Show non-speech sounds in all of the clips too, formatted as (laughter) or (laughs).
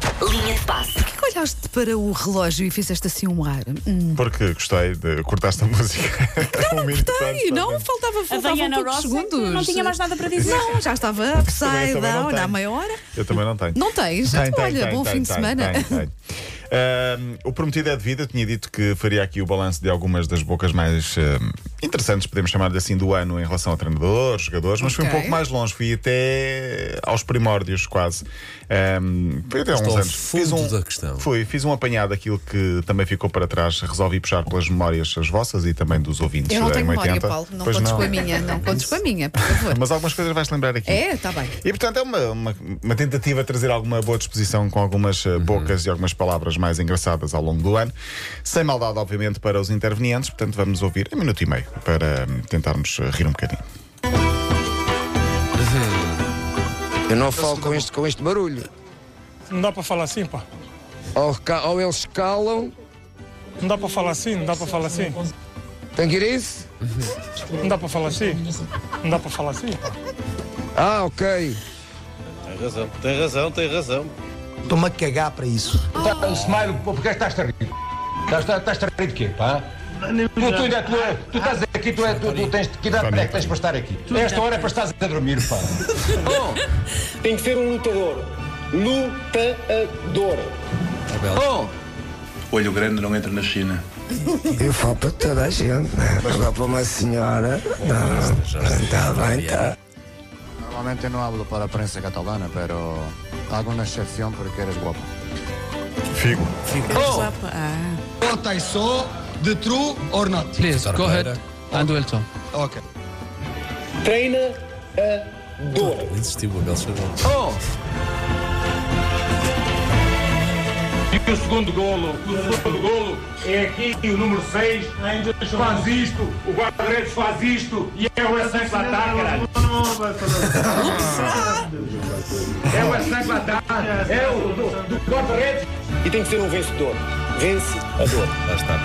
se passa? Porquê que olhaste para o relógio e fizeste assim um ar? Hum. Porque gostei de cortaste a música. com um minuto antes, Ei, não, portanto. faltava, A faltavam Diana poucos Ross segundos. não tinha mais nada para dizer. Não, já estava upside Também- também não down tenho. há meia hora. Eu também não tenho. Não tens? Tem, Então, tem, olha, tem, bom tem, fim de tem, semana. tem, tem. Ahm, o prometido é de vida. Eu Tinha dito que faria aqui o balanço de algumas das bocas mais ahm, interessantes, podemos chamar-lhe assim, do ano em relação a treinadores, jogadores, mas fui um Ok. pouco mais longe. Fui até aos primórdios, quase. Ahm, fui até há uns ao anos. um fundo da questão. Fui, fiz um apanhado daquilo que também ficou para trás. Resolvi puxar pelas memórias as vossas e também dos (laughs) ouvintes Eu não em tenho memória, 80. Paulo. Não é Pois contes com a minha. Não (laughs) contes com a minha, por favor. Mas algumas coisas vais lembrar aqui. É, está bem. E portanto é uma, uma, uma tentativa de trazer alguma boa disposição com algumas eh, Uhum. bocas e algumas palavras mais engraçadas ao longo do ano. Sem maldade, obviamente, para os intervenientes. Portanto, vamos ouvir em minuto e meio para hum, tentarmos eh, rir um bocadinho. Eu não falo com este, com este barulho. Não dá para falar assim, pá. Ou, ca- ou eles calam, Não dá para falar assim, não dá para falar assim. tem que ir isso? Não dá para falar assim. Não dá para falar assim. Ah, ok. Tem razão, tem razão, tem razão. Estou-me a cagar para isso. Tá, Smile, pô, porque estás a rir? Estás, estás, estás a rir de quê, pá? Tu, tu, ainda, tu, é- tu estás aqui, tu, é, tu, tu tens que idade é que tens para estar aqui? Esta hora é para estar a dormir, pá. Tem que ser um lutador. Lutador. Oh! Olho grande não entra na China. Eu falo para toda a gente. né? Agora para uma senhora. Está bem, tá. está. Normalmente não hablo para a prensa catalana, pero hago uma exceção porque eres guapo. Figo. Oh! Ah, Votai só de true or not? Please, go ahead and welcome. Ok. Treina a dor. Ele Insistiu, Abel chegou. E o segundo golo, o segundo golo é aqui o número 6 faz isto, o guarda-redes faz isto e é o Essan Platá, caralho. É o Essan Platá, é o do, do guarda-redes. E tem que ser um vencedor. Vence a dor. Lá está.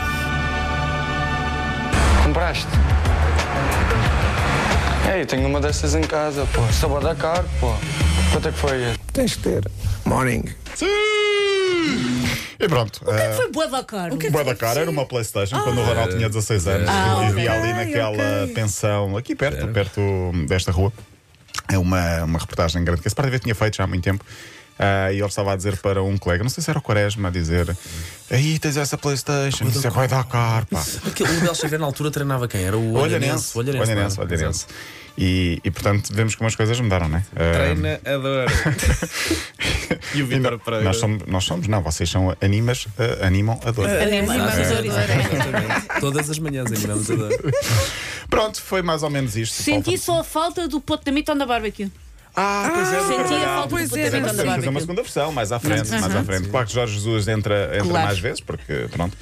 Compraste? Ei, tenho uma dessas em casa, pô. Estava a dar caro, pô. Quanto é que foi? Tens que ter. Morning. E pronto. eh, é Foi boa da cara. O Boa da cara era uma Playstation quando o Ronaldo tinha 16 anos Ah, e vivia ok, ali naquela pensão, aqui perto, perto desta rua. É uma, uma reportagem grande que a Sport TV tinha feito já há muito tempo. Ah, e ele estava a dizer para um colega, não sei se era o Quaresma, a dizer: Aí tens essa Playstation, isso é Boa da cara, pá. Aquele, o Abel Xavier na altura treinava quem? Era o Olhanense. Olhanense, Olhanense, não é? Olhanense. E, e portanto, vemos como as coisas mudaram, não é? Ah, Treina a dor. e o Vitor Pereira. Eh, nós, somos, nós somos, não, vocês são animas, ah, animam a É, dor. Exatamente. Todas as manhãs animamos a dor. Pronto, foi mais ou menos isto. Senti só a falta do ponto da mitão da barbecue. Ah, pois é, do Senti a bacalhau. falta do pois ponto é, da mitão da Sim, fazer uma barbecue. segunda versão, mais à frente, mais à frente. Claro que Jorge Jesus entra, entra Claro. mais vezes, porque pronto.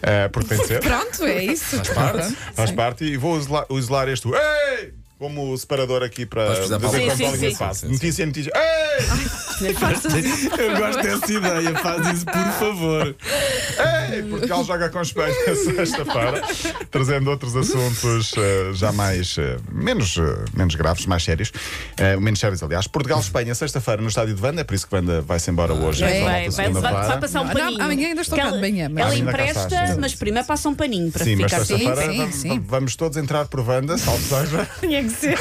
Eh, porque tem de ser, Pronto, é isso. Faz parte. faz parte, e vou usla- usar este Ei! como separador aqui para Vais precisar dizer é para alguém. quando Sim, alguém sim, faz. sim. assim. Notícia, notícia. Ei! é Eu gosto dessa ideia, faz isso, por favor. Ei! Portugal joga com Espanha sexta-feira, trazendo outros assuntos eh, já mais eh, menos, eh, menos graves, mais sérios. Eh, menos sérios, aliás. Portugal-Espanha, sexta-feira, no estádio de Wanda, é por isso que Wanda vai-se embora Ah. hoje. Vai, Volta vai, vai, vai, segunda-feira. vai passar um Não, paninho. amanhã ainda estou cá Ela- de manhã, mas- Ela Ainda cá estás, empresta, sim. mas primeiro passa um paninho para Sim, mas ficar sexta-feira- sexta-feira Sim, vamos, sim, sim. vamos todos entrar por Wanda, salve seja. Tinha que ser.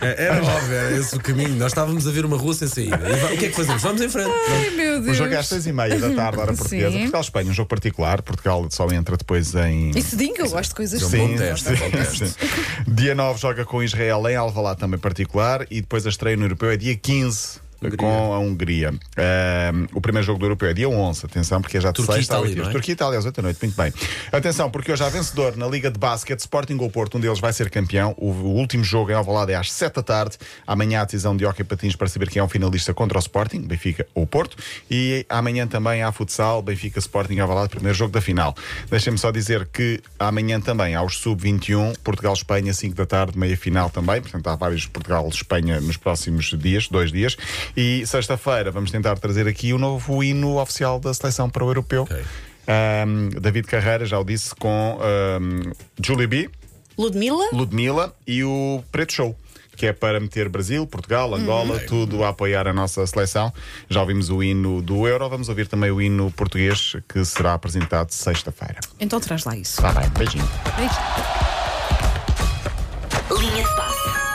É, Era óbvio, era esse o caminho. Nós estávamos a ver uma rua sem saída. E vai- o que é que fazemos? Vamos em frente. Ai, meu O Deus. jogo é às seis e meia da tarde, hora Sim. portuguesa. Portugal-Espanha, um jogo particular. Portugal só entra depois em. E se diga, eu gosto de coisas Sim. assim. Bom teste, bom teste. sim. Dia 9 joga com Israel em Alvalá também particular e depois a estreia no Europeu é dia 15 com a Hungria. Ahm, o primeiro jogo do Europeu é dia 11, atenção, porque é já de Turquia e sexta a Itália, oito dias. não é? Turquia e Itália às 8 da noite, muito bem. Atenção, porque hoje há vencedor na Liga de Basquete, Sporting ou Porto, um deles vai ser campeão. O, o último jogo em Alvalade é às 7 da tarde. Amanhã a decisão de Hockey Patins para saber quem é o finalista contra o Sporting, Benfica ou Porto. E amanhã também há futsal, Benfica Sporting Alvalade, primeiro jogo da final. Deixem-me só dizer que amanhã também há os Sub-21, Portugal-Espanha, 5 da tarde, meia-final também. Portanto, há vários Portugal-Espanha nos próximos dias, dois dias. E sexta-feira vamos tentar trazer aqui o novo hino oficial da seleção para o europeu. Um, David Carreira, já o disse, com um, Julie B, Ludmila? Ludmilla e o Preto Show. que é para meter Brasil, Portugal, Angola, tudo a apoiar a nossa seleção. Já ouvimos o hino do Euro, vamos ouvir também o hino português que será apresentado sexta-feira. Tá Então traz lá isso. Está bem, beijinho. Beijo. Linha de passe.